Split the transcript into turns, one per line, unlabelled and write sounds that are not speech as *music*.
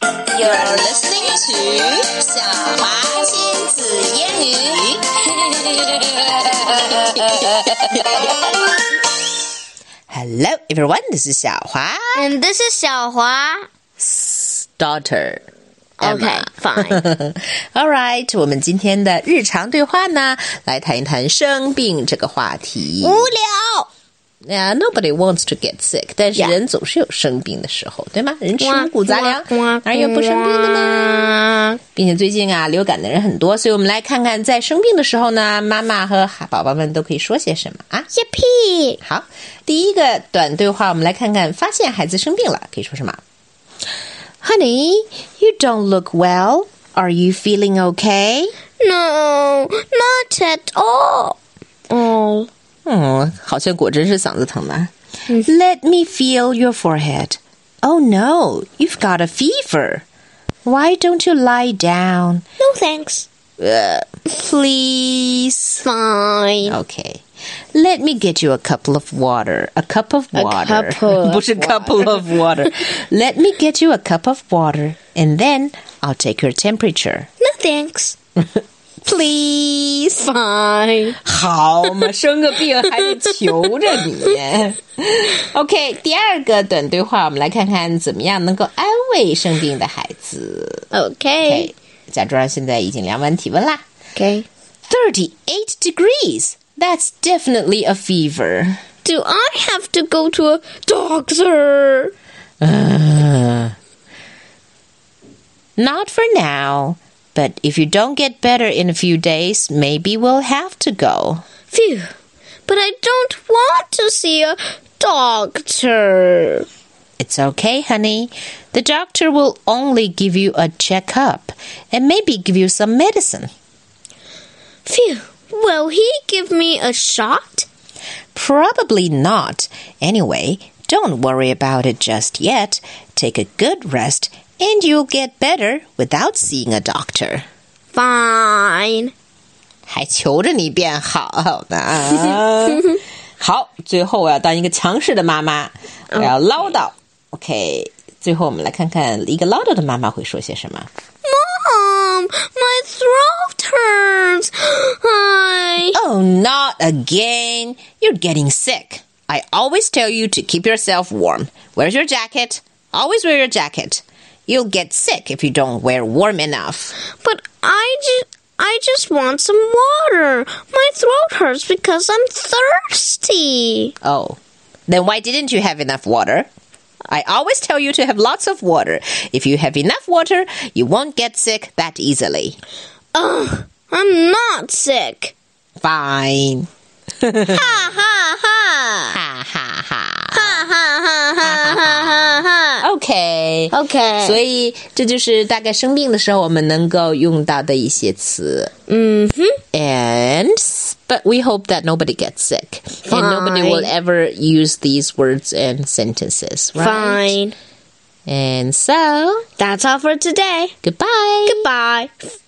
You're listening to 小华亲子英语。Hello, everyone. This is 小华
And this is 小华。
daughter.
Okay, fine. *laughs*
All right，我们今天的日常对话呢，来谈一谈生病这个话题。
无聊。
Yeah, nobody wants to get sick，但是
Yeah.
人总是有生病的时候，对吗？人吃
哇
五谷杂粮
哇，
哪有不生病的呢？
呢？
并且最近啊，流感的人很多，所以我们来看看在生病的时候呢，妈妈和宝宝们都可以说些什么啊？
耶屁！
好，第一个短对话，我们来看看发现孩子生病了可以说什么？Honey, you don't look well. Are you feeling okay?
No, not at all. 哦，
嗯，好像果真是嗓子疼吧。Let me feel your forehead. Oh no, you've got a fever. Why don't you lie down?
no thanks.
Uh, please.
Fine.
Okay. Let me get you a couple of water. A cup of
A
water. *laughs*
couple of
不是 couple of water. Let me get you a cup of water and then I'll take your temperature.
No *laughs* thanks.
Please.
Fine.
好嘛，生个病还 *laughs* 得求着你。OK，第二个短对话，我们来看看怎么样能够安慰生病的孩子。
Okay.
假装现在已经量完体温啦
Okay.
，thirty-eight degrees. That's definitely a fever.
Do I have to go to a doctor?
Not for now, but if you don't get better in a few days, maybe we'll have to go.
Phew. But I don't want to see a doctor.
It's okay, honey. The doctor will only give you a checkup and maybe give you some medicine.
Phew. Will he give me a shot?
Probably not. Anyway, don't worry about it just yet. Take a good rest and you'll get better without seeing a doctor.
Fine.
还求着你变好呢。啊好，最后我要当一个强势的妈妈，我要唠叨。OK，最后我们来看看一个唠叨的妈妈会说些什么。
Mom, my throat hurts. I.
Oh, not again! You're getting sick. I always tell you to keep yourself warm. Where's your jacket? Always wear your jacket. You'll get sick if you don't wear warm enough.
But I just. I just want some water. My throat hurts because I'm thirsty.
Oh, then why didn't you have enough water? I always tell you to have lots of water. If you have enough water, you won't get sick that easily.
Ugh, I'm not sick.
Fine.
Ha ha ha.
Ha ha ha.
Ha ha ha ha ha
*laughs*
ha
Okay.
ha. Okay.
所以这就是大概生病的时候我们能够用到的一些词。And Mm-hmm. but we hope that nobody gets sick and nobody will
Fine.
ever use these words and sentences. Right?
Fine.
And so
That's all for today.
goodbye.
Goodbye.